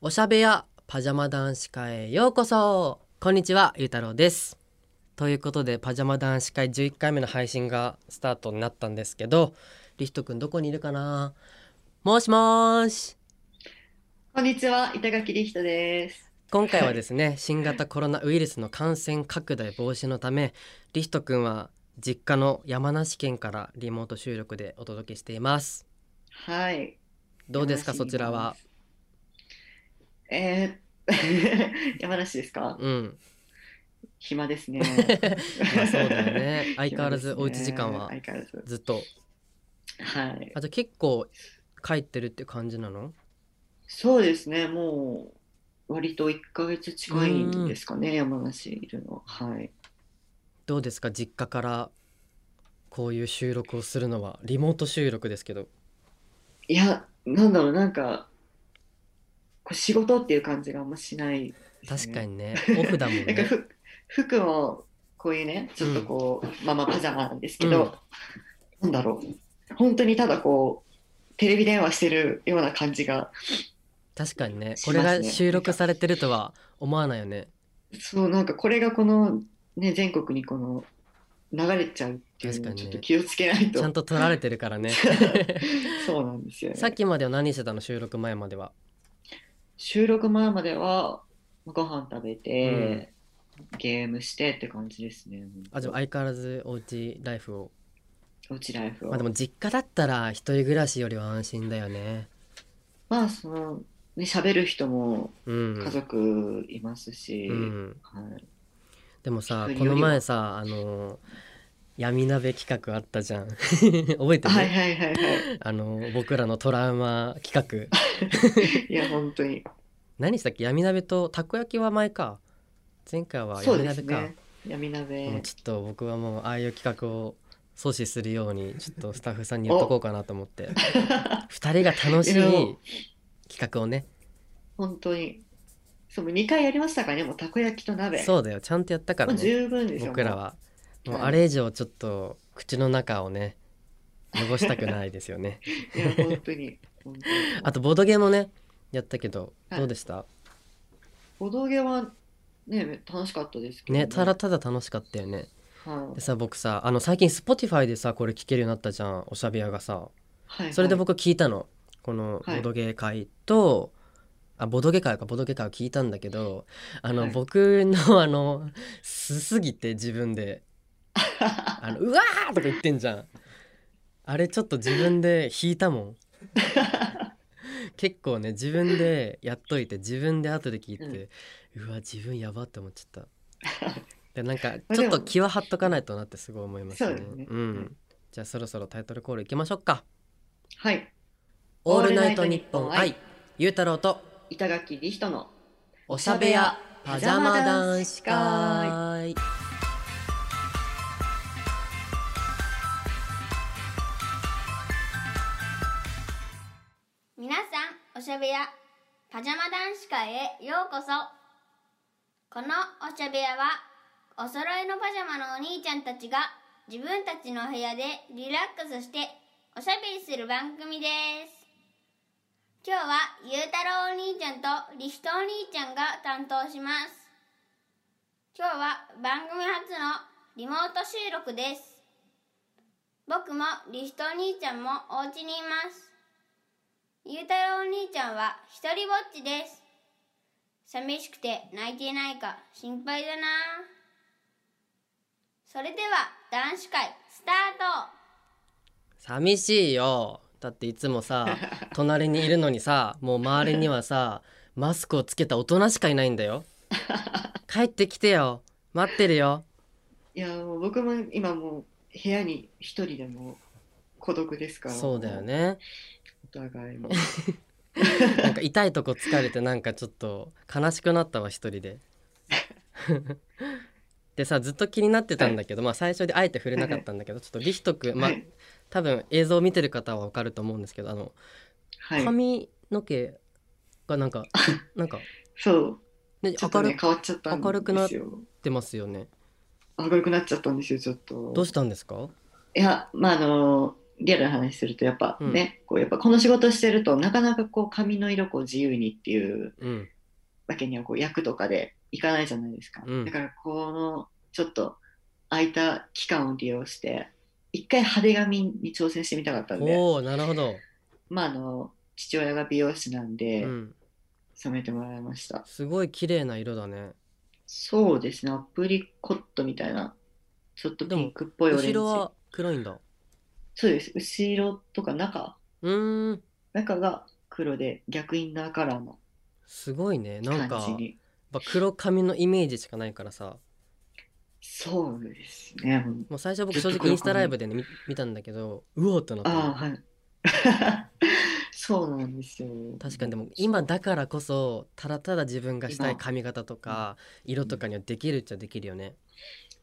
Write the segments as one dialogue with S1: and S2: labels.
S1: おしゃべやパジャマ男子会へようこそこんにちはゆうたろうですということでパジャマ男子会11回目の配信がスタートになったんですけどりひとくんどこにいるかなもしもーし
S2: こんにちは、板垣理人です。
S1: 今回はです ね新型コロナウイルスの感染拡大防止のためりひとくんは実家の山梨県からリモート収録でお届けしています
S2: はい。
S1: どうですか
S2: 山
S1: そ
S2: 梨に
S1: ちらは。
S2: えー、 山梨ですか
S1: うん
S2: 暇ですね
S1: 。まあそうだよ。 ね相変わらずおうち時間は
S2: 相変わらず。
S1: ずっと
S2: はい。
S1: あじゃあ結構帰ってるって感じなの
S2: そうですね、もう割と1ヶ月近いんですかね、山梨いるの。はい。
S1: どうですか実家からこういう収録をするのはリモート収録ですけど
S2: いや、なんだろう、なんか、こう仕事っていう感じがあんましないで
S1: 確
S2: すね
S1: かにねオフだもん
S2: なんか
S1: ね
S2: ふ服もこういうねちょっとこう、まあまあパジャマなんですけど、なんだろう本当にただこうテレビ電話してるような感じが
S1: 確かにね
S2: し
S1: こ
S2: ます
S1: れが
S2: ね
S1: 収録されてるとは思わないよね
S2: そうなんかこれがこの、ね、全国にこの流れちゃうっていう
S1: 確
S2: の
S1: か
S2: を
S1: にね
S2: ちょっと気をつけない
S1: ち
S2: と、
S1: ゃんと撮られてる からね
S2: そうなんですよね
S1: さっきまでは何してたの収録前までは
S2: 収録前まではご飯食べて、ゲームしてって感じですね
S1: あでも相変わらずおうちライフを
S2: おうちライフを
S1: まあでも実家だったら一人暮らしよりは安心だよね
S2: まあそのね喋る人も
S1: うん
S2: 家族いますし、
S1: うん
S2: はい
S1: でもさ
S2: 一
S1: こ
S2: 人よりは
S1: の前さあの闇鍋企画あったじゃん 覚えてる、
S2: はいはいはいは
S1: あの僕らのトラウマ企 画
S2: い。いや、本当に。
S1: 何したっけ闇鍋とたこ焼きは前か前回は
S2: そう
S1: 闇
S2: です
S1: 鍋か
S2: ね。闇
S1: もう
S2: 鍋。
S1: ちょっと僕はもうああいう企画を阻止するようにちょっとスタッフさんに言っとこうかなと思って二人が楽しい
S2: いやも
S1: 企画をね
S2: 本当に。そう、2回やりましたからね、もうたこ焼きと鍋。
S1: そうだよちゃんとやったから
S2: も
S1: ね
S2: う十分ですよ。
S1: 僕ら
S2: も
S1: はもう
S2: はい
S1: あれ以上ちょっと口の中をね汚したくないですよね
S2: う。いや、本当に。本当に
S1: あとボードゲームもねやったけど
S2: はい
S1: どうでした、
S2: ボドゲはね、楽しかったですけど
S1: ねただただ楽しかったよね
S2: はい
S1: でさ僕さあの最近 Spotify でさこれ聴けるようになったじゃんおしゃべやがさ
S2: はい。
S1: それで僕聞いたのこのボ
S2: はい
S1: ドゲ会と、あボドゲ会かボドゲ会を聞いたんだけどあの、
S2: はい
S1: 僕のあのすすぎて自分で「あのうわー!」とか言ってんじゃんあれちょっと自分で引いたもん結構ね自分でやっといて自分で後で聞いて、うわ自分やばって思っちゃった でなんかちょっと気は張っとかないとなってすごい思いますね
S2: そうですね
S1: うん、じゃあそろそろタイトルコールいきましょうか
S2: はい。
S1: オールナイトニッポン愛ゆうたろうと
S2: 板垣理人の。
S1: おしゃべやパジャマ男子会
S3: 皆さんおしゃべやパジャマ男子会へようこそこのおしゃべやはお揃いのパジャマのお兄ちゃんたちが自分たちのお部屋でリラックスしておしゃべりする番組です今日はゆうたろうお兄ちゃんとりひとお兄ちゃんが担当します今日は番組初のリモート収録です僕もりひとお兄ちゃんもお家にいますゆうたろうお兄ちゃんは一人ぼっちです。寂しくて泣いていないか心配だな。それでは男子会スタート
S1: 寂しいよだっていつも さ隣にいるのにさもう周りにはさマスクをつけた大人しかいないんだ よ帰ってきてよ待ってるよ
S2: いや、もう僕も今もう部屋に一人でも孤独ですから。
S1: そうだよ。ね
S2: お互いも。
S1: なんか痛いとこ疲れてなんかちょっと悲しくなったわ一人 ででさずっと気になってたんだけど、まあ最初であえて触れなかったんだけどちょっとリヒト君まあ
S2: はい。
S1: 多分映像を見てる方はわかると思うんですけどあの
S2: はい。
S1: 髪の毛がなん かなんか、
S2: そう。
S1: ね、
S2: ちょっ
S1: 明
S2: と
S1: る
S2: ね、
S1: く
S2: 変わっちゃったんです
S1: 明
S2: よ。
S1: るくなっってますよね
S2: 明るくなっちゃったんですよ、ちょっと。
S1: どうしたんですか
S2: いや、まあ、あの、リアルな話するとやっぱね、こうやっぱこの仕事してるとなかなかこう髪の色こう自由にっていう
S1: うん
S2: わけにはこう役とかでいかないじゃないですか、
S1: うん
S2: だからこのちょっと空いた期間を利用して一回派手髪に挑戦してみたかったんで
S1: おおなるほど、
S2: まああの父親が美容師なんで
S1: うん、
S2: 染めてもらいました、
S1: すごい綺麗な色だね
S2: そうですねアプリコットみたいなちょっとピンクっぽいオレン
S1: 後
S2: ジ
S1: ろは黒いんだ
S2: そうです後ろとか中
S1: うーん
S2: 中が黒で逆インナーカラーの
S1: すごいねなんか
S2: 感じ
S1: やっ
S2: に
S1: ぱ黒髪のイメージしかないからさ
S2: そうですねほん
S1: もう最初僕
S2: ず
S1: 正
S2: っと
S1: 直
S2: 黒髪
S1: インスタライブでね見見たんだけどうおーってなった
S2: ああはい そうなんですよ
S1: 確かにでも今だからこそただただ自分がしたい髪型とか色とかにはできるっちゃできるよね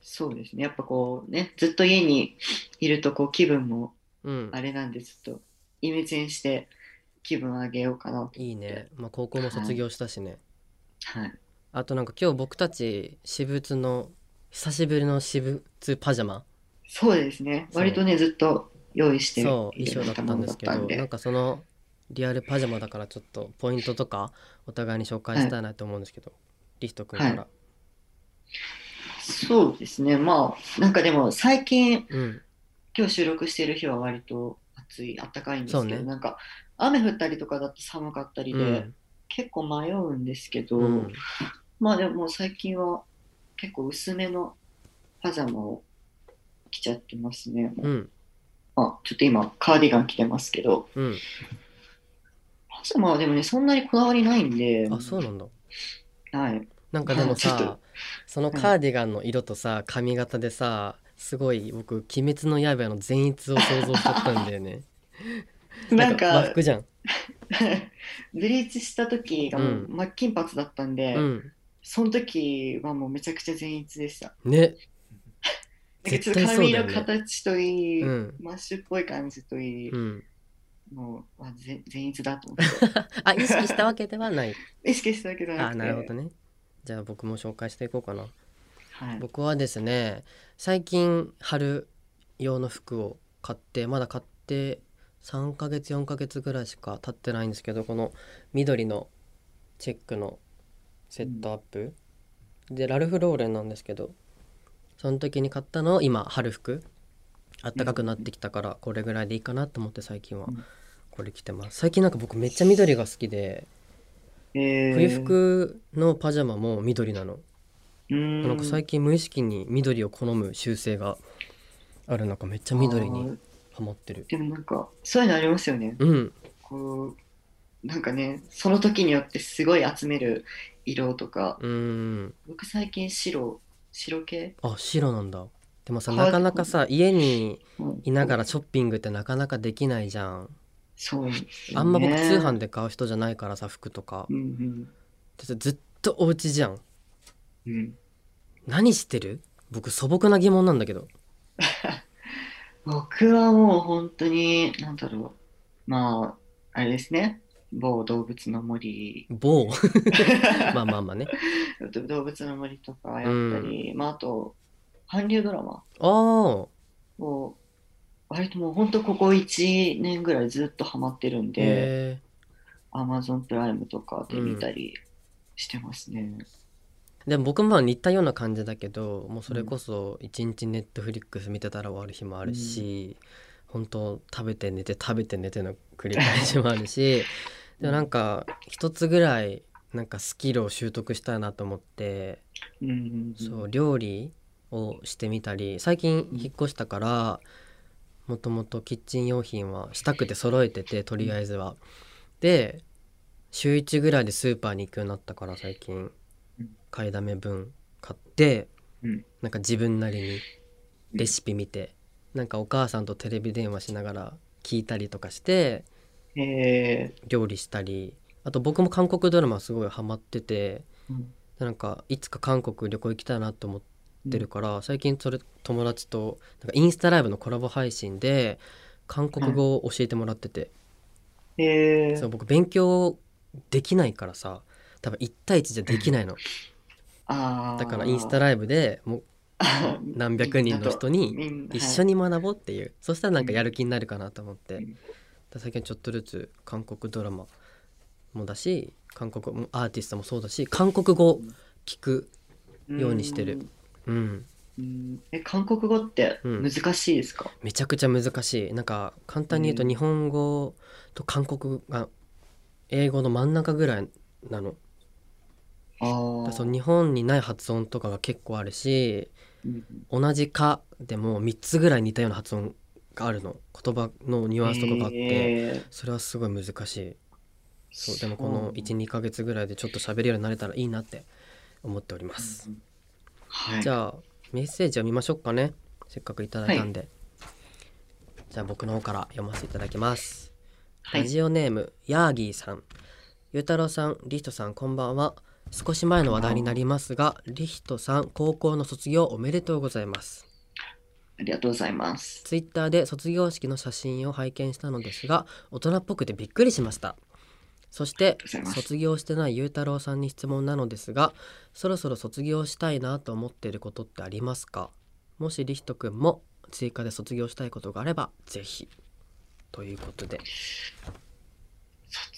S2: そうですねやっぱこうねずっと家にいるとこう気分も
S1: うん
S2: あれなんでちょっとイメチェンして気分上げようかなと
S1: いいね、まあ、高校も卒業したしね、
S2: はい
S1: あとなんか今日僕たち私物の久しぶりの私物パジャマ
S2: そうですね
S1: そう
S2: 割とねずっと用意して
S1: そう
S2: 入れ
S1: 衣装だったんですけ
S2: た
S1: ど
S2: ものだったんで
S1: なんかそのリアルパジャマだからちょっとポイントとかお互いに紹介したいなと思うんですけど、リヒト君から、
S2: はそうですね、まあ、なんかでも最近、
S1: うん
S2: 今日収録してる日は割と暑い、暖かいんですけど、
S1: そうね
S2: なんか雨降ったりとかだと寒かったり
S1: う
S2: で、
S1: ん
S2: 結構迷うんですけど、
S1: うん
S2: まあでも最近は結構薄めのパジャマを着ちゃってますね。
S1: うん
S2: まあ、ちょっと今、カーディガン着てますけど、
S1: うん
S2: パジャマはでもね、そんなにこだわりないんで、
S1: あそうなんだ
S2: はい、
S1: なんかでも
S2: ちょ
S1: さ
S2: っと
S1: そのカーディガンの色とさ髪型でさすごい僕「鬼滅の刃」の善逸を想像しちゃったんだよね
S2: なん
S1: 和
S2: か、
S1: 服じゃん、
S2: ブリーチした時がもう真っ金髪だったんで、
S1: うん、
S2: その時はもうめちゃくちゃ善逸でした。
S1: ね
S2: なんかち
S1: 絶
S2: ょっと
S1: 対そう
S2: 髪
S1: だよ
S2: の
S1: ね
S2: 形といい、
S1: うん
S2: マッシュっぽい感じといい、
S1: うん
S2: もうあ全全逸だと思って。
S1: あ意識したわけでは ない
S2: 意識したわけどな
S1: あ
S2: くて。
S1: なるほどねじゃあ僕も紹介していこうかな
S2: はい。
S1: 僕はですね最近春用の服を買ってまだ買って3ヶ月4ヶ月ぐらいしか経ってないんですけどこの緑のチェックのセットアップ、でラルフローレンなんですけどその時に買ったのを今春服あったかくなってきたからこれぐらいでいいかなと思って最近は
S2: うん
S1: これ着てます最近なんか僕めっちゃ緑が好きで
S2: えー
S1: 冬服のパジャマも緑なの
S2: うーん
S1: なんか最近無意識に緑を好む習性がある中めっちゃ緑
S2: あ
S1: に
S2: ー
S1: ハマってる
S2: でもなんか、そういうのありますよね。
S1: うん
S2: こう、なんかね、その時によってすごい集める色とか、
S1: うーん
S2: 僕最近白、白系
S1: あ白なんだでもさ
S2: はい
S1: なかなかさ家に
S2: うん
S1: いながらショッピングってなかなかできないじゃん
S2: そうですよね
S1: あんま僕通販で買う人じゃないからさ服とか
S2: うん
S1: だってずっとお家じゃん
S2: うん。うん。
S1: 何してる僕素朴な疑問なんだけど。
S2: 僕はもう本当に、なんだろう。まあ、あれですね。某動物の森
S1: 某 まあまあまあね
S2: 動物の森とかやったり、まあ、あと、韓流ドラマ
S1: あー
S2: を、割ともう本当ここ1年ぐらいずっとハマってるんで、
S1: へえ
S2: Amazon プライムとかで見たりしてますね。
S1: でも僕もまあ似たような感じだけどもうそれこそ一日ネットフリックス見てたら終わる日もあるし、本当食べて寝て食べて寝ての繰り返しもあるしでもなんか一つぐらいなんかスキルを習得したいなと思って
S2: うんうんうん
S1: そう料理をしてみたり最近
S2: うん
S1: 引っ越したからもともとキッチン用品はしたくて揃えててとりあえずは。で週1ぐらいでスーパーに行くようになったから最近
S2: うん
S1: 買いだめ分買って
S2: うん
S1: なんか自分なりに
S2: うん
S1: レシピ見てなんかお母さんとテレビ電話しながら聞いたりとかして
S2: え
S1: 料理したりあと僕も韓国ドラマすごいハマってて
S2: ー
S1: なんかいつか韓国旅行行きたいなと思って。ってるから、最近それ友達となんかインスタライブのコラボ配信で韓国語を教えてもらってて、
S2: えー
S1: そう僕勉強できないからさ多分1対1じゃできないの
S2: あー
S1: だからインスタライブでもう 何百人の人に
S2: みんな
S1: 一緒
S2: に、
S1: に学ぼうっていう、そしたらなんかやる気になるかなと思って、
S2: う
S1: だ
S2: ん
S1: から最近ちょっとずつ韓国ドラマもだし韓国もアーティストもそうだし韓国語聞く
S2: は
S1: ようにしてるうん
S2: うん。うんえ、韓国語って
S1: うん
S2: 難しいですか、
S1: めちゃくちゃ難しいなんか簡単に言うと
S2: うん
S1: 日本語と韓国が英語の真ん中ぐらいなのだ
S2: あ
S1: から
S2: あ。
S1: その日本にない発音とかが結構あるし
S2: うん
S1: 同じ「か」でも3つぐらい似たような発音があるの言葉のニュアンスとかがあって、
S2: えー
S1: それはすごい難しいそうでもこ
S2: そう
S1: の12ヶ月ぐらいでちょっと喋れるようになれたらいいなって思っております、
S2: はい。
S1: じゃあメッセージを見ましょうかねせっかくいただいたんで、じゃあ僕の方から読ませていただきます
S2: はい
S1: ラジオネームヤーギーさんゆうたろうさんリヒトさんこんばんは少し前の話題になりますがリヒトさん高校の卒業おめでとうございます
S2: ありがとうございます。
S1: ツイッターで卒業式の写真を拝見したのですが大人っぽくてびっくりしましたそして
S2: ありがとうございます
S1: 卒業してないゆうたろうさんに質問なのですがそろそろ卒業したいなと思っていることってありますかもしりひとくんも追加で卒業したいことがあればぜひということで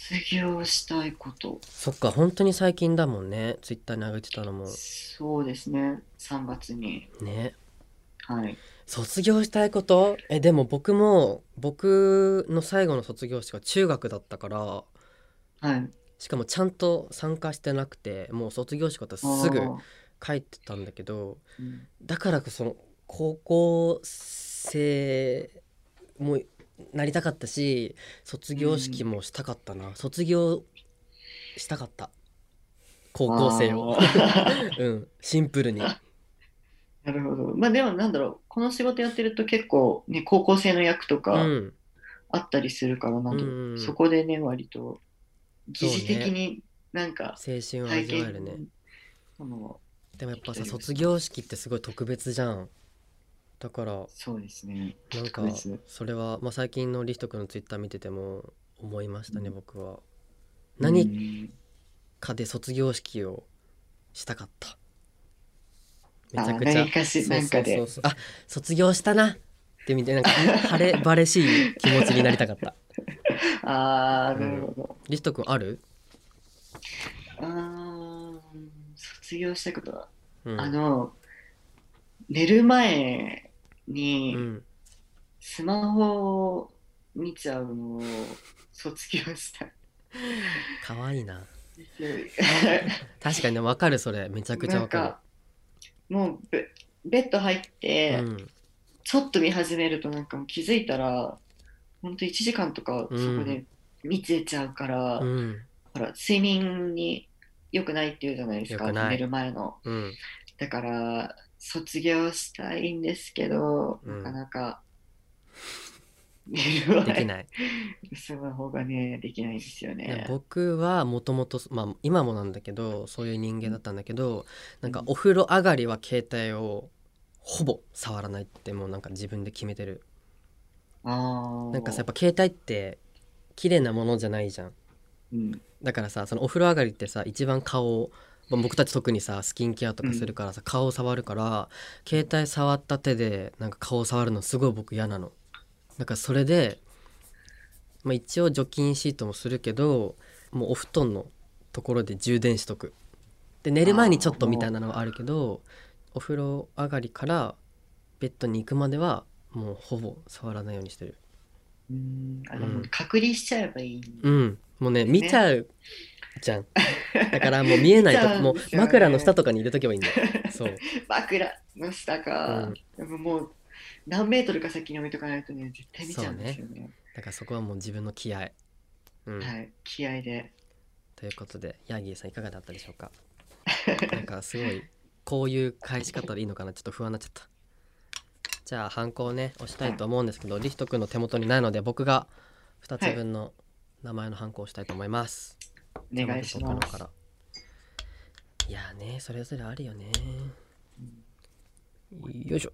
S2: 卒業したいこと。
S1: そっか本当に最近だもんねツイッターに上げてたのも
S2: そうですね。3月に。
S1: ね
S2: はい。
S1: 卒業したいことえでも僕も僕の最後の卒業式は中学だったから
S2: はい。
S1: しかもちゃんと参加してなくてもう卒業式終わったらすぐ
S2: あー
S1: 帰ってたんだけど
S2: うん
S1: だからこそ高校生もなりたかったし卒業式もしたかったな、卒業したかった高校生を
S2: あ
S1: うんシンプルに
S2: なるほど。まあでもなんだろう、この仕事やってると結構ね、高校生の役と
S1: う
S2: か
S1: ん
S2: あったりするから、なんだろう
S1: うんうん
S2: そこでね、割と疑似
S1: そう
S2: 的
S1: ね
S2: になんか
S1: 青春を
S2: 体
S1: 味
S2: 験
S1: わえるね
S2: その
S1: でもやっぱさ
S2: できたり
S1: 卒業式ってすごい特別じゃんだから
S2: そうですね。
S1: なんか
S2: 特別
S1: それは、まあ、最近のリヒト君のツイッター見てても思いましたね、
S2: うん
S1: 僕は
S2: う
S1: 何
S2: ん
S1: かで卒業式をしたかっため
S2: あ
S1: ちゃくちゃ
S2: 何かし
S1: そうそう
S2: なんかで
S1: そうそうあ卒業したなってみたいななんか晴れ晴れしい気持ちになりたか った
S2: ああ、なるほど。
S1: リヒト君ある、
S2: ああ、卒業したことは、
S1: うん、
S2: あの、寝る前
S1: う
S2: に
S1: ん、
S2: スマホを見ちゃうのを卒業 したい。
S1: かわいいな確かにねわかるそれめちゃくちゃわ
S2: なん
S1: か
S2: かもうベベッド入
S1: る
S2: って、
S1: うん、
S2: ちょっと見始めるとなんかもう気づいたらほんと1時間とかそこで見てちゃうから,、
S1: うん
S2: ほら睡眠に良くないっていうじゃないですか
S1: 良くない
S2: 寝る前の
S1: うん
S2: だから卒業したいんですけど、
S1: うん
S2: なかなか寝る
S1: でき
S2: 前
S1: ない
S2: スマホがねできないんですよ
S1: いや
S2: ね
S1: 僕はもともと、まあ、今もなんだけどそういう人間だったんだけどなんかお風呂上がりは携帯をほぼ触らないってもうなんか自分で決めてる
S2: あ
S1: なんかさやっ
S2: ぱ、
S1: ぱ携帯って綺麗なものじゃないじゃん
S2: うん
S1: だからさそのお風呂上がりってさ一番顔を、まあ僕たち特にさスキンケアとかするからさ、顔を触るから携帯触った手でなんか顔を触るのすごい僕嫌なのだからそれで、まあ、一応除菌シートもするけどもうお布団のところで充電しとくで寝る前にちょっとみたいなのはあるけどお風呂上がりからベッドに行くまではもうほぼ触らないようにしてる
S2: うんあで
S1: う
S2: も
S1: ん
S2: 隔離しちゃえばいいんだ
S1: うん、もうね、
S2: ね
S1: 見ちゃうじゃん。だからもう見えない
S2: 見ちゃう
S1: と、
S2: ん
S1: もう
S2: ですよね
S1: 枕の下とかに入れとけばいいんだよ。そう。
S2: 枕の下か、でももう何メートルか先に置いとかないとね絶対見ちゃうんですよね
S1: だからそこはもう自分の気合。うん。
S2: はい気合で
S1: ということで、ヤギーさんいかがだったでしょうかなんかすごい、こういう返し方でいいのかなちょっと不安になっちゃった。じゃあ、ハンコをね、押したいと思うんですけど、リヒト君の手元にないので、僕が2つ分の名前のハンコを押したいと思います。
S2: お願いしま
S1: じゃあず僕の
S2: す
S1: からいやーねそれぞれあるよねよいしょ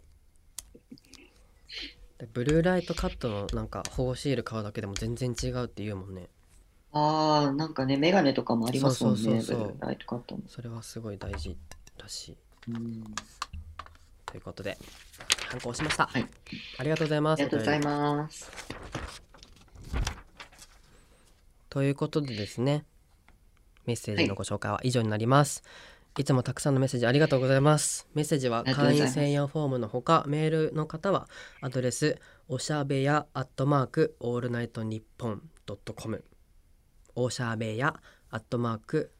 S1: でブルーライトカットのなんか保護シール買うだけでも全然違うって言うもんね
S2: ああなんかねメガネとかもありますもんね
S1: そうそうそうそう
S2: ブルーライトカットも
S1: それはすごい大事らしい
S2: うん
S1: ということで、反抗しました。
S2: はい
S1: ありがとうございま
S2: あ
S1: す。
S2: りがとうございます。
S1: ということでですねメッセージのご紹介は以上になります、い、つもたくさんのメッセージありがとうございますメッセージは
S2: ありがとうござ
S1: 会
S2: いま
S1: 員
S2: す
S1: 専用フォームのほかメールの方はアドレスおしゃべやアットマークオールナイトニッポンドットコムおしゃべやアットマーク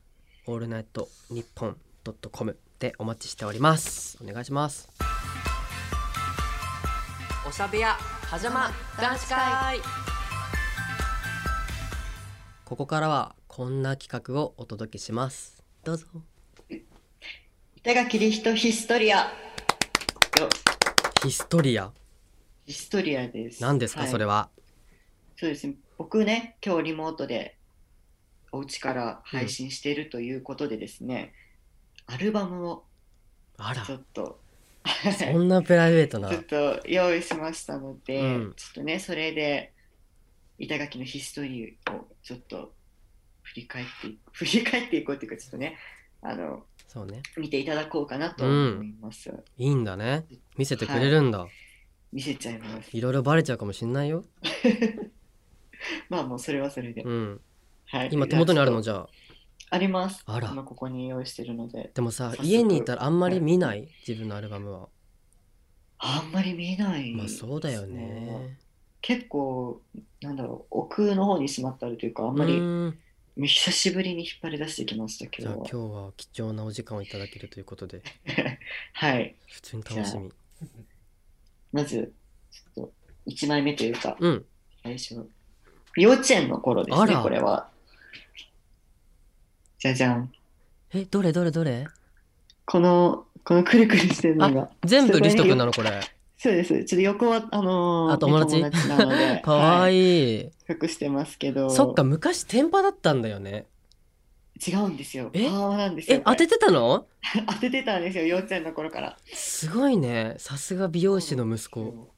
S1: オールナイトニッポンドットコムでお待ちしておりますお願いしますおしゃべやはじゃま男子会ここからはこんな企画をお届けしますどうぞ
S2: 板垣リヒトヒストリア。よ
S1: ヒストリア
S2: ヒストリアです。
S1: 何ですか、
S2: はい
S1: それは
S2: そうですね。僕ね、今日リモートでお家から配信しているということでですね、アルバムを
S1: あら
S2: ちょっと、
S1: そんなプライベートな
S2: ちょっと用意しましたので、
S1: うん
S2: ちょっとね、それで板垣のヒストリーをちょっと振り返ってい、振り返っていこうというか、ちょっとね、あの、
S1: そうね
S2: 見ていただこうかなと思います。
S1: いいんだね見せてくれるんだ、
S2: 見せちゃいます。
S1: い、ろいろバレちゃうかもしんないよ
S2: まあもうそれはそれで。
S1: うん
S2: はい、
S1: 今手元にあるの
S2: じゃ
S1: じゃあ
S2: あります。
S1: あら
S2: 今ここに用意してるので。
S1: でもさ
S2: 早速
S1: 家にいたらあんまり見ない自分のアルバムは
S2: あんまり見えない。
S1: まあそうだよ
S2: そう
S1: ね
S2: 結構、なんだろう、奥の方にしまってあるというか、あ
S1: あ
S2: んまり
S1: ん
S2: 久しぶりに引っ張り出してきましたけ
S1: じゃあ
S2: ど
S1: 今。日は貴重なお時間をいただけるということで
S2: はい。
S1: 普通に楽しみ
S2: まず、ちょっと、1枚目というか、
S1: うん
S2: 最初。幼稚園の頃で
S1: あ
S2: すね、
S1: ら
S2: これは。じゃじゃん。
S1: えどれどれどれ
S2: この、このくるくるしてるのが。
S1: 全部リストくんな
S2: の
S1: のこれ
S2: そうです。ちょっと横は、あのー
S1: あ友達、
S2: 友達なので
S1: かわ
S2: はい
S1: いい
S2: 隠してますけど。
S1: そっか昔天パだったんだよね
S2: 違うんですよ。
S1: え
S2: パワーなんですよ。
S1: え当ててたの
S2: 当ててたんですよ、幼稚園の頃から。
S1: すごいねさすが美容師の息子。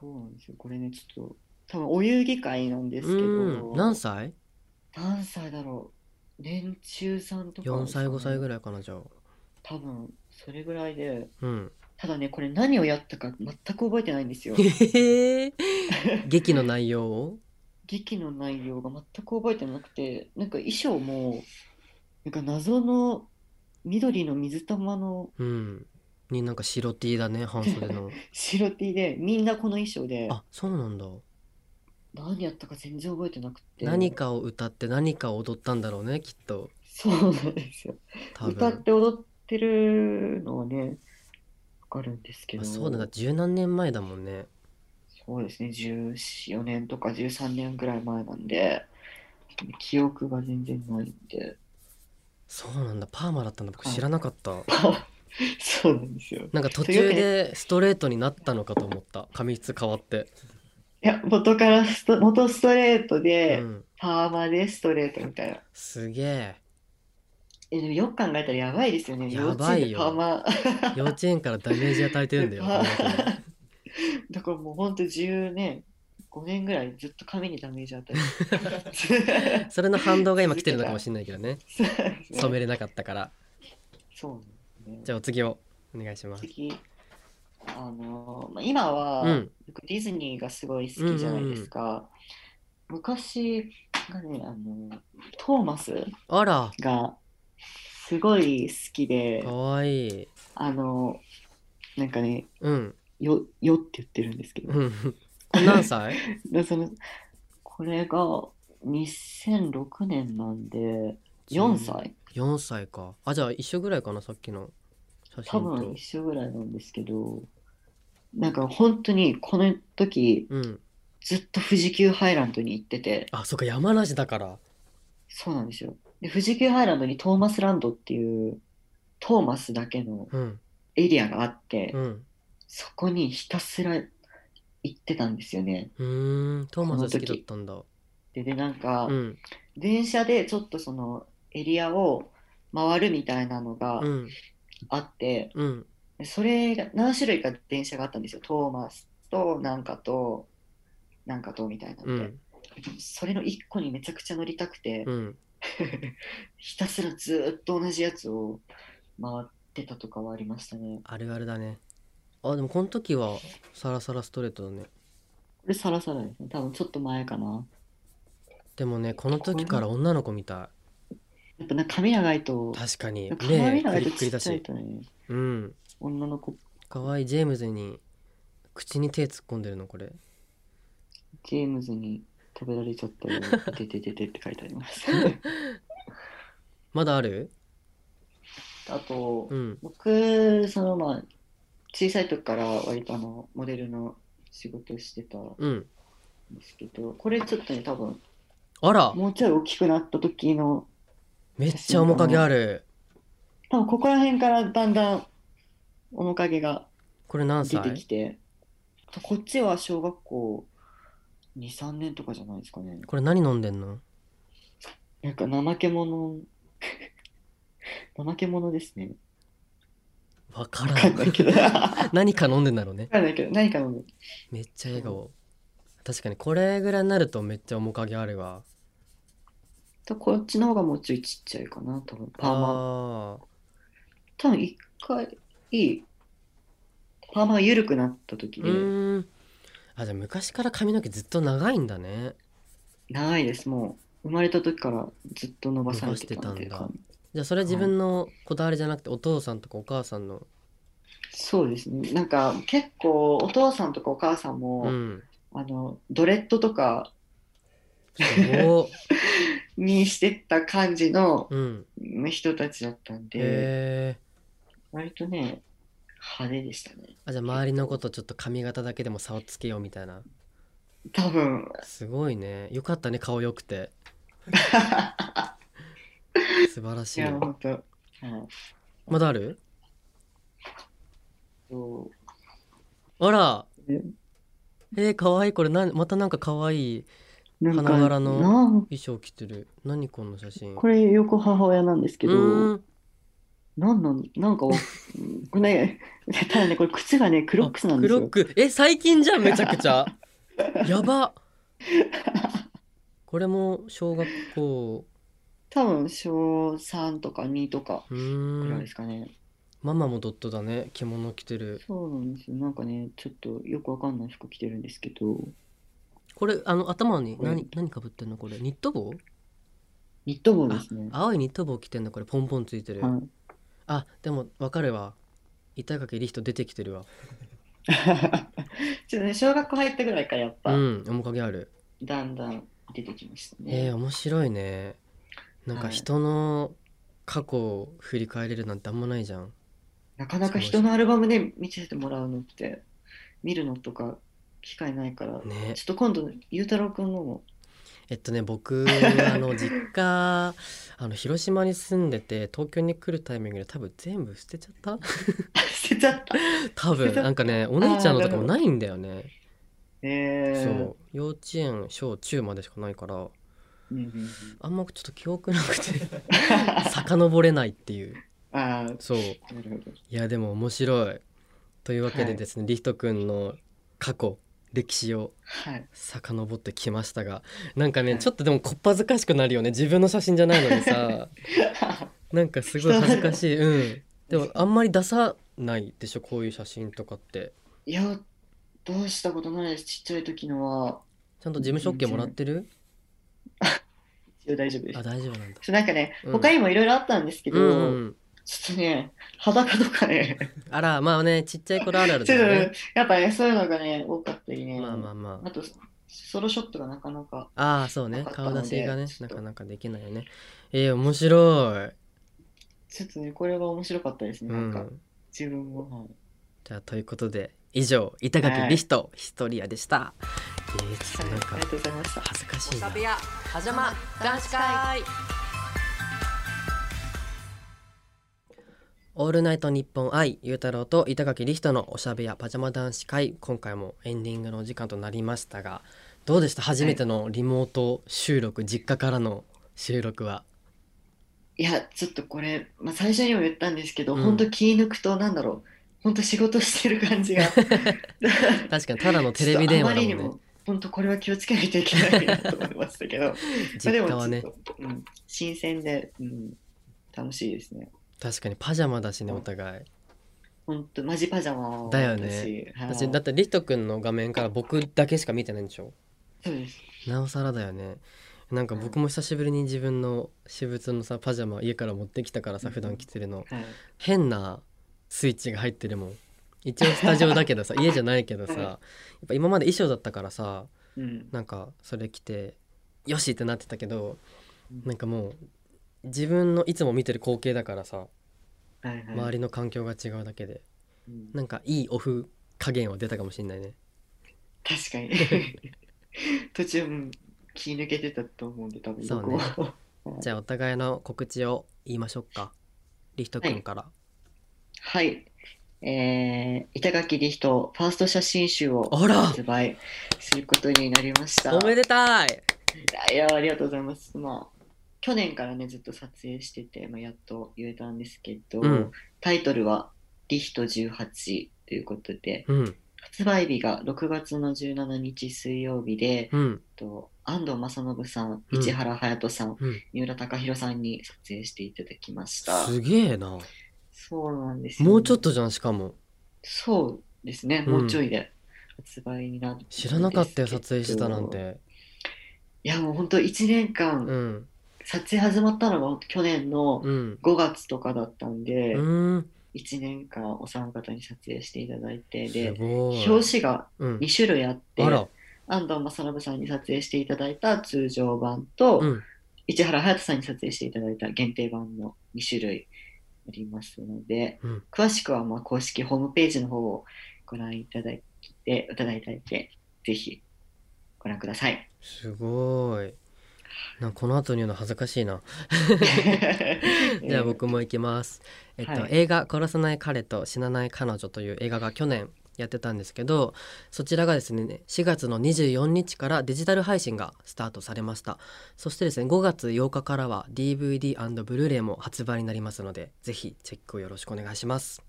S2: そうなんですよ。これね、ちょっと、多分お遊戯会なんです
S1: う
S2: けど、
S1: ん何歳
S2: 何歳だろう。年中さんとか、
S1: 4歳5歳ぐら
S2: らい。
S1: いかなじゃあ
S2: 多分、それぐらいで。
S1: うん。
S2: ただね、これ何をやったか全く覚えてないんですよ
S1: へえ劇の内容を
S2: 劇の内容が全く覚えてなくて、なんか衣装も、なんか謎の緑の水玉の
S1: うんになんか白 T だね半袖 の
S2: 白 T で、みんなこの衣装で、
S1: あそうなんだ
S2: 何やったか全然覚えてなくて。
S1: 何かを歌って何かを踊ったんだろうねきっと
S2: そうなんですよ。
S1: 多
S2: 歌っ
S1: 分
S2: て踊ってるのはね、わかるんですけ
S1: あ
S2: ど、
S1: そうだな十何年前だもんね
S2: そうですね、14年とか13年ぐらい前なんで、記憶が全然ないんで、
S1: そうなんだパーマだったんだ僕
S2: はい
S1: 知らなかった
S2: そうなんですよ。
S1: なんか途中でストレートになったのかと思った髪質変わって、
S2: いや、元からスト、元ストレート
S1: う
S2: で、
S1: ん、
S2: パーマでストレートみたいな。
S1: すげえ
S2: え、でもよく考えたらやばいですよね、幼
S1: や
S2: 稚
S1: ば
S2: 園
S1: い
S2: で
S1: よ
S2: パーマ。
S1: 幼稚園からダメージ与えてるんだよ
S2: パー
S1: この子に
S2: だからもうほんと10年、5年ぐらいずっと髪にダメージ与えて
S1: それの反動が今来てるのかもしれないけどね
S2: そう です ね
S1: 染めれなかったから
S2: そうなんですね。
S1: じゃあお次をお願いします
S2: 次あのまあ、今は、
S1: うん
S2: 僕ディズニーがすごい好きじゃないですか。昔がねあの、トーマス
S1: あら
S2: がすごい好きで
S1: か、わいい
S2: あのなんかね、
S1: うん
S2: よよって言ってるんですけど、
S1: うんこれ何 歳
S2: でそのこれが2006年なんで、4歳、
S1: 4歳かあじゃあ一緒ぐらいかなさっきの写
S2: 多
S1: 真
S2: 分
S1: と
S2: 一緒ぐらいなんですけど、なんか本当にこの時、
S1: うん
S2: ずっと富士急ハイランドに行ってて、
S1: あそっか山梨だから
S2: そうなんですよ。で、富士急ハイランドにトーマスランドっていうトーマスだけの
S1: うん
S2: エリアがあって
S1: う、ん
S2: そこにひたすら行ってたんですよね。
S1: うーんトーマ
S2: この
S1: ス好
S2: 時
S1: きだったんだ
S2: で、で、なんか
S1: う、ん
S2: 電車でちょっとそのエリアを回るみたいなのが
S1: うん
S2: あって、
S1: うん
S2: でそれが何種類か電車があったんですよ。トーマスとなんかと、なんかとみたいな
S1: う
S2: ので。
S1: ん
S2: それの1個にめちゃくちゃ乗りたくて、
S1: うん
S2: ひたすらずーっと同じやつを回ってたとかはありましたね。
S1: あるあるだねあでもこの時はサラサラストレートだね
S2: これサラサラですね。多分ちょっと前かな。
S1: でもねこの時から女の子みた
S2: やっぱなんか髪長いと
S1: い、確かに
S2: 髪
S1: 目
S2: 長
S1: ク
S2: い
S1: リ
S2: と
S1: ック
S2: ち
S1: リ
S2: っ
S1: だ
S2: ちゃい
S1: し
S2: とね、
S1: うん
S2: 女の子、
S1: かわいいジェームズに口に手突っ込んでるのこれ
S2: ジェームズに食べられちゃったよ。 ててててって書いてあります。
S1: まだある
S2: あと、
S1: うん
S2: 僕、そのまあ、小さい時から割とあの、モデルの仕事をしてたん
S1: うん
S2: ですけど、これちょっとね、多分、
S1: あら
S2: もうちょい大きくなった時の、
S1: めっちゃ面影ある
S2: 多分ここら辺からだんだん面影が
S1: これ何
S2: 出て
S1: 歳
S2: きて、こっちは小学校2、3年とかじゃないですかね。
S1: これ何飲んでんの
S2: なんか怠け 者、怠け者ですね。
S1: わから
S2: わか
S1: ん
S2: んな いけど。わ
S1: 何か飲んでんだろうね
S2: かんないけど、何かの、
S1: めっちゃ笑顔確かにこれぐらいになるとめっちゃ面影あるわ
S2: とこっちの方がもうちょいちっちゃいかな、多分。パーマ。
S1: あー
S2: 多分一回、パーマが緩くなった時
S1: う
S2: で、
S1: ーんあじゃあ昔から髪の毛ずっと長いんだね
S2: 長いです、もう。生まれた時からずっと伸ばされてた
S1: 伸
S2: ん
S1: ばして
S2: で
S1: たんだじゃあそれは自分のこだわりじゃなくてお父さんとかお母さんの
S2: そうですね。なんか結構お父さんとかお母さんも、
S1: うん
S2: あのドレッドとか
S1: すごっ
S2: にしてった感じの
S1: うん
S2: 人たちだったんで、
S1: へえ
S2: 割とね、派手でしたね。
S1: あじゃあ周りのことちょっと髪型だけでも差をつけようみたいな
S2: 多分、
S1: すごいねよかったね顔良く て素晴らし
S2: い
S1: い
S2: や、
S1: ま
S2: 本当、はい
S1: だある
S2: そう
S1: あら
S2: え
S1: えー、かわいいこれなんまたなんかかわいい
S2: なんか
S1: 花柄の
S2: なん
S1: 衣装着てる何この写真
S2: これ、よく母親なんですけ
S1: うー
S2: ど、
S1: ん
S2: なんなん、なんか、うんね、ただね、これ、靴がね、クロックスなんです
S1: あ
S2: よ。
S1: クロックえ最近じゃんめちゃくち ゃやばこれも小学校
S2: 多分、小3とか2とか
S1: う
S2: ぐ
S1: ー
S2: らい
S1: ん
S2: ですかね。
S1: ママもドットだね着物着てる
S2: そうなんですよ。なんかね、ちょっとよくわかんない服着てるんですけど、
S1: これあの頭に何
S2: うん
S1: 何かぶってんのこれニット帽
S2: ニット帽ですね。
S1: 青いニット帽着てんのこれポンポンついてる
S2: はい。
S1: あでもわかるわ板垣リヒト出てきてるわ
S2: ちょっとね、小学校入ったぐらいからやっ
S1: う
S2: ぱ、
S1: ん面影ある
S2: だんだん出てきました
S1: え
S2: ね。
S1: ー、面白いねなんか
S2: はい
S1: 人の過去を振り返れるなんてあんまないじゃん
S2: なかなか人のアルバムね、見せてもらうのって、見るのとか機会ないから、
S1: ね
S2: ちょっと今度、ゆうたろうくんのも、
S1: えっとね僕あの実家あの広島に住んでて東京に来るタイミングで多分全部捨てちゃった
S2: 捨てちゃった。
S1: 多分なんかねお姉ちゃんのとかもないんだよね
S2: えー、
S1: そう幼稚園小中までしかないから
S2: うんうん うん。
S1: あんまちょっと記憶なくて 遡れないっていう
S2: ああ、
S1: そうい
S2: なるほど。
S1: やでも面白いというわけ
S2: は
S1: で
S2: い
S1: ですね、リヒト君の過去歴史を
S2: はい。
S1: 遡ってきましたがなんかねちょっとでもこっぱずかしくなるよね自分の写真じゃないのにさ なんかすごい恥ずかしいうんでもあんまり出さないでしょこういう写真とかって
S2: いや、どうしたことないです。ちっちゃい時のは、
S1: ちゃんと事務所 OK もらってる
S2: 一応大丈夫です
S1: あ。大丈夫なんだ
S2: そうなんかね、
S1: うん
S2: 他にもいろいろあったんですけど、
S1: うんうんうん
S2: ちょっとね、裸とかね、
S1: あらまあねちっちゃい頃あるある
S2: ち
S1: だ
S2: ょっと
S1: よ
S2: ね
S1: ね
S2: やっぱね、そういうのがね、多かったりね、
S1: まあまあまあ
S2: あと、ソロショットがなかなか、
S1: ああそうね
S2: なかった
S1: 顔
S2: ので
S1: 出しがね
S2: ち
S1: な
S2: ょっと
S1: かなかできないよねえー、面白い
S2: ちょっとね、これは面白かったです
S1: う
S2: ね、なんか、
S1: ん
S2: 自分も。はい
S1: じゃあということで以上板垣リヒトヒストリアでしたえー、ちょっとなん
S2: あ
S1: か
S2: りがとうございました。
S1: 恥ずかしいな
S4: やパジャマ男子会
S1: オールナイトニッポン愛ゆうたろうと板垣リヒトのおしゃべやパジャマ男子会今回もエンディングのお時間となりましたがどうでした初めてのリモート収録、実家からの収録はい
S2: や、ちょっとこれ、まあ、最初にも言ったんですけど、
S1: うん
S2: 本当気抜くと、なんだろう、本当仕事してる 感じが、
S1: 確かにただのテレビ電話だ
S2: ちょっとあまりに
S1: もんね
S2: も、本当これは気をつけないといけないなと思いましたけど、
S1: 実家はね
S2: まあでもちょっと、うん、新鮮で、うん、楽しいですね。
S1: 確かにパジャマだしね
S2: う
S1: お
S2: ん
S1: 互い
S2: 本当マジパジャマ
S1: だよね
S2: 私,はい、
S1: 私だってリト君の画面から僕だけしか見てないんでしょ
S2: そうです
S1: なおさらだよねなんか僕も久しぶりに自分の私物のさパジャマ家から持ってきたからさ
S2: うん
S1: 普段着てるの
S2: はい
S1: 変なスイッチが入ってるもん一応スタジオだけど さ家じゃないけどさ
S2: うん
S1: やっぱ今まで衣装だったからさ
S2: うん
S1: なんかそれ着てよしってなってたけどなんかもう自分のいつも見てる光景だからさ
S2: はいはい
S1: 周りの環境が違うだけで
S2: うん
S1: なんかいいオフ加減は出たかもしれないね
S2: 確かに 途中うん気抜けてたと思うんで多分
S1: そう
S2: 僕
S1: ね
S2: は
S1: じゃあお互いの告知を言いましょうかリヒト君から、
S2: はいえー、板垣理人ファースト写真集を
S1: あら
S2: 発売することになりました
S1: おめでたい
S2: いやありがとうございます。まあ去年からねずっと撮影してて、まあ、やっと言えたんですけど、
S1: うん
S2: タイトルは「リヒト18」ということで
S1: うん
S2: 発売日が6月の17日水曜日で、
S1: うん
S2: と安藤正信さん
S1: うん
S2: 市原隼人さん、
S1: うん
S2: 三浦貴大さんに撮影していただきました。
S1: すげえな
S2: そうなんですよね
S1: もうちょっとじゃんしかも
S2: そうですね、
S1: うん
S2: もうちょいで発売になるんです
S1: 知
S2: けど
S1: らなかったよ撮影してたなんて
S2: いやもう本当1年間、
S1: うん
S2: 撮影始まったのが本当去年の
S1: うん
S2: 5月とかだったんで、
S1: うん
S2: 1年間お三方に撮影していただいて
S1: す
S2: で
S1: ごい
S2: 表紙が
S1: うん
S2: 2種類あって、
S1: あら
S2: 安藤正信さんに撮影していただいた通常版と、
S1: うん
S2: 市原隼人さんに撮影していただいた限定版の2種類ありますので
S1: うん
S2: 詳しくはまあ公式ホームページの方をご覧いただいていただいてぜひご覧ください。
S1: すごいなんかこの後に言うの恥ずかしいな じゃあ僕も行きます。えっと、
S2: はい
S1: 映画「殺さない彼と死なない彼女」という映画が去年やってたんですけどそちらがですね4月の24日からデジタル配信がスタートされましたそしてですね5月8日からは DVD& ブルーレイも発売になりますのでぜひチェックをよろしくお願いします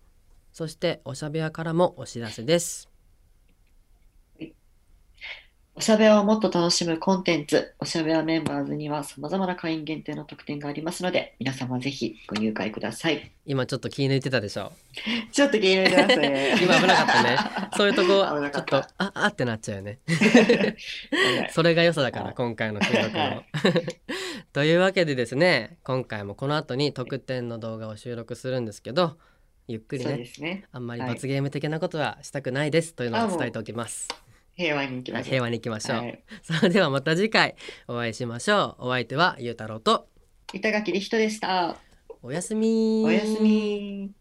S1: そしておしゃべやからもお知らせです
S2: おしゃべりをもっと楽しむコンテンツ、おしゃべりメンバーズには様々な会員限定の特典がありますので、皆様ぜひご入会ください。
S1: 今ちょっと気抜いてたでしょ
S2: ちょっと気になりますね
S1: 今危なかっ たねそういうとこ
S2: 危な
S1: ちょ
S2: かっ
S1: っと
S2: た
S1: ああってなっちゃうよね
S2: は い
S1: それが良さだから
S2: はい
S1: 今回の収録
S2: は
S1: の。 というわけでですね今回もこの後に特典の動画を収録するんですけどゆっくり
S2: そうで
S1: ね
S2: すね。
S1: あんまり
S2: はい
S1: 罰ゲーム的なことはしたくないですというの
S2: あ
S1: を
S2: もう
S1: 伝えておきます。
S2: 平和に行きましょう。
S1: 平和に行きましょう、
S2: はい
S1: それではまた次回お会いしましょう。お相手はゆうたろうと
S2: 板垣理人でした。
S1: おやすみ
S2: おやすみ。